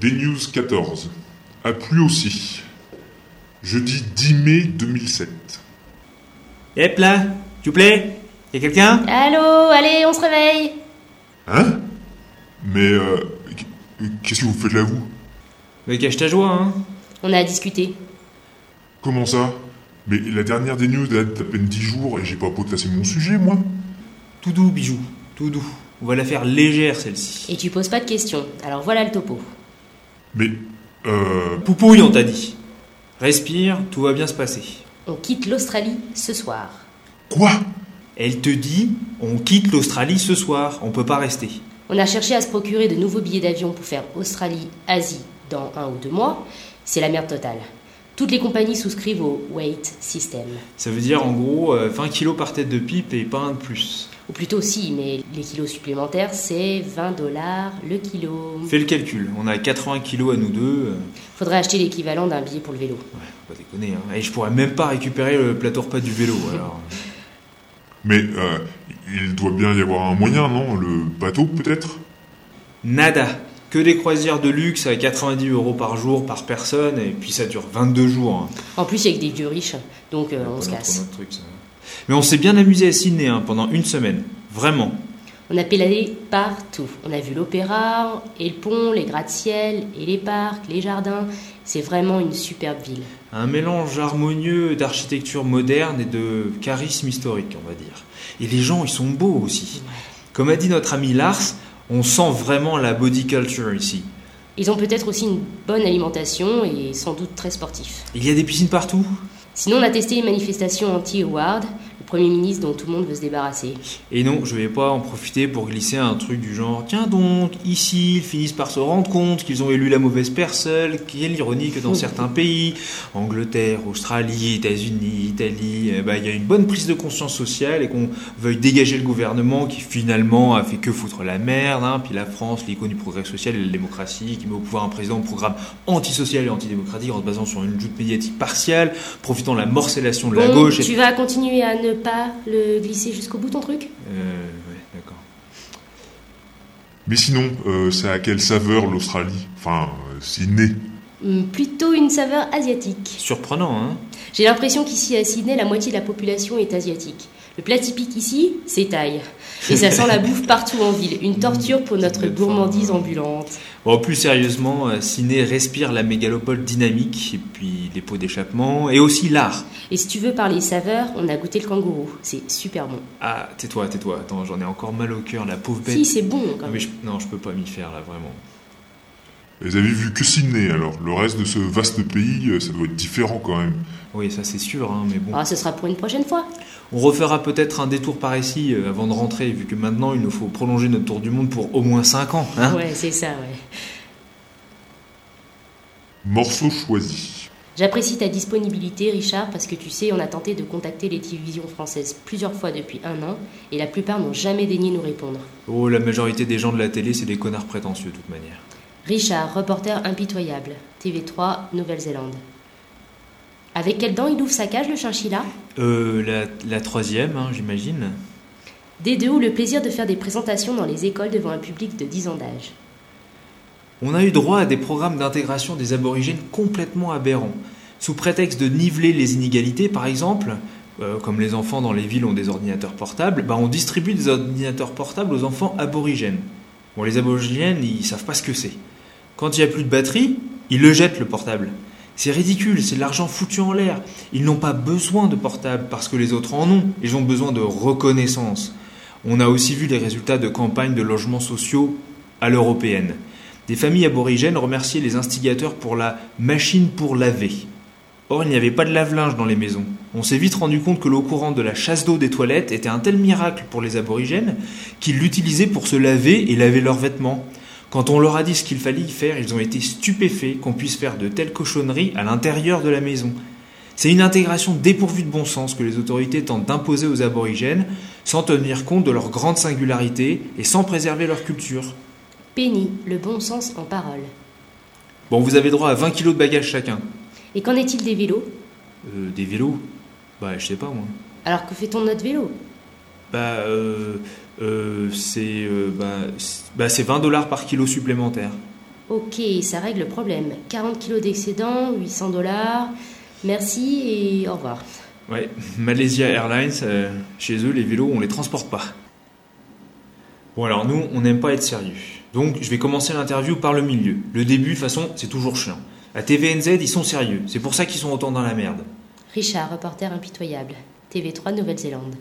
Des News 14. A plu aussi. Jeudi 10 mai 2007. Hep là, tu plais Y'a quelqu'un Allô, allez, on se réveille Hein Mais euh, qu'est-ce que vous faites là, vous Mais cache ta joie, hein On a discuté. Comment ça Mais la dernière des news date d'à peine 10 jours et j'ai pas potassé mon sujet, moi. Tout doux, bijou, tout doux. On va la faire légère, celle-ci. Et tu poses pas de questions, alors voilà le topo. Mais, euh... Poupouille, on t'a dit. Respire, tout va bien se passer. On quitte l'Australie ce soir. Quoi Elle te dit, on quitte l'Australie ce soir, on peut pas rester. On a cherché à se procurer de nouveaux billets d'avion pour faire Australie-Asie dans un ou deux mois. C'est la merde totale. Toutes les compagnies souscrivent au Weight System. Ça veut dire en gros euh, 20 kilos par tête de pipe et pas un de plus. Ou plutôt si, mais les kilos supplémentaires, c'est 20 dollars le kilo. Fais le calcul, on a 80 kilos à nous deux. euh, Faudrait acheter l'équivalent d'un billet pour le vélo. Ouais, faut pas déconner, hein. Et je pourrais même pas récupérer le plateau repas du vélo, alors. Mais, euh, il doit bien y avoir un moyen, non Le bateau, peut-être Nada. Que des croisières de luxe à 90 euros par jour par personne, et puis ça dure 22 jours. hein. En plus, il y a que des vieux riches, donc euh, on Pas se notre- casse. notre truc, ça. Mais on s'est bien amusé à Sydney hein, pendant une semaine. Vraiment. On a pédalé partout. On a vu l'opéra, et le pont, les gratte-ciel, et les parcs, les jardins. C'est vraiment une superbe ville. Un mélange harmonieux d'architecture moderne et de charisme historique, on va dire. Et les gens, ils sont beaux aussi. Comme a dit notre ami Lars, on sent vraiment la body culture ici. Ils ont peut-être aussi une bonne alimentation et sans doute très sportifs. Il y a des piscines partout. Sinon, on a testé les manifestations anti-Howard, le Premier ministre dont tout le monde veut se débarrasser. Et non, je vais pas en profiter pour glisser un truc du genre Tiens donc, ici, ils finissent par se rendre compte qu'ils ont élu la mauvaise personne. Quelle ironie que dans certains pays, Angleterre, Australie, États-Unis, Italie, eh ben, il y a une bonne prise de conscience sociale et qu'on veuille dégager le gouvernement qui finalement a fait que foutre la merde. hein. Puis la France, l'icône du progrès social et de la démocratie, qui met au pouvoir un président au programme antisocial et antidémocratique en se basant sur une joute médiatique partielle, profitant de la morcellation de la Bon, gauche. et- Oh, Tu vas continuer à ne pas le glisser jusqu'au bout ton truc Euh, ouais, d'accord. Mais sinon, euh, ça a quelle saveur, l'Australie Enfin, euh, Sydney. Hum, Plutôt une saveur asiatique. Surprenant, hein J'ai l'impression qu'ici à Sydney, la moitié de la population est asiatique. Le plat typique ici, c'est Thaï. Et ça sent la bouffe partout en ville. Une torture pour notre gourmandise ambulante. Bon, plus sérieusement, euh, Ciné respire la mégalopole dynamique, et puis les pots d'échappement, et aussi l'art. Et si tu veux parler saveur, on a goûté le kangourou. C'est super bon. Ah, tais-toi, tais-toi, attends, j'en ai encore mal au cœur, la pauvre bête. Si, c'est bon quand non, même. mais je, non, je peux pas m'y faire là, vraiment. Vous avez vu que Sydney, alors. Le reste de ce vaste pays, euh, ça doit être différent, quand même. Oui, ça c'est sûr, hein, mais bon. Ah, ce sera pour une prochaine fois. On refera peut-être un détour par ici euh, avant de rentrer, vu que maintenant il nous faut prolonger notre tour du monde pour au moins 5 ans. Hein ouais, c'est ça, ouais. Morceau choisi. J'apprécie ta disponibilité, Richard, parce que tu sais, on a tenté de contacter les télévisions françaises plusieurs fois depuis un an, et la plupart n'ont jamais daigné nous répondre. Oh, la majorité des gens de la télé, c'est des connards prétentieux, de toute manière. Richard, reporter impitoyable, TV3, Nouvelle-Zélande. Avec quelle dent il ouvre sa cage, le chinchilla Euh, la, la troisième, hein, j'imagine. Des deux ou le plaisir de faire des présentations dans les écoles devant un public de 10 ans d'âge. On a eu droit à des programmes d'intégration des aborigènes complètement aberrants. Sous prétexte de niveler les inégalités, par exemple, euh, comme les enfants dans les villes ont des ordinateurs portables, bah, on distribue des ordinateurs portables aux enfants aborigènes. Bon, les aborigènes, ils savent pas ce que c'est. Quand il n'y a plus de batterie, ils le jettent le portable. C'est ridicule, c'est de l'argent foutu en l'air. Ils n'ont pas besoin de portable parce que les autres en ont. Ils ont besoin de reconnaissance. On a aussi vu les résultats de campagnes de logements sociaux à l'européenne. Des familles aborigènes remerciaient les instigateurs pour la machine pour laver. Or, il n'y avait pas de lave-linge dans les maisons. On s'est vite rendu compte que l'eau courante de la chasse d'eau des toilettes était un tel miracle pour les aborigènes qu'ils l'utilisaient pour se laver et laver leurs vêtements. Quand on leur a dit ce qu'il fallait y faire, ils ont été stupéfaits qu'on puisse faire de telles cochonneries à l'intérieur de la maison. C'est une intégration dépourvue de bon sens que les autorités tentent d'imposer aux aborigènes sans tenir compte de leur grande singularité et sans préserver leur culture. Penny, le bon sens en parole. Bon, vous avez droit à 20 kilos de bagages chacun. Et qu'en est-il des vélos Euh, des vélos Bah, je sais pas moi. Alors que fait-on de notre vélo Bah, euh, euh, c'est euh, bah, c'est bah, c'est 20 dollars par kilo supplémentaire. Ok, ça règle le problème. 40 kilos d'excédent, 800 dollars. Merci et au revoir. Ouais, Malaysia Airlines, euh, chez eux, les vélos, on les transporte pas. Bon, alors nous, on n'aime pas être sérieux. Donc, je vais commencer l'interview par le milieu. Le début, de toute façon, c'est toujours chiant. À TVNZ, ils sont sérieux. C'est pour ça qu'ils sont autant dans la merde. Richard, reporter impitoyable. TV3 Nouvelle-Zélande.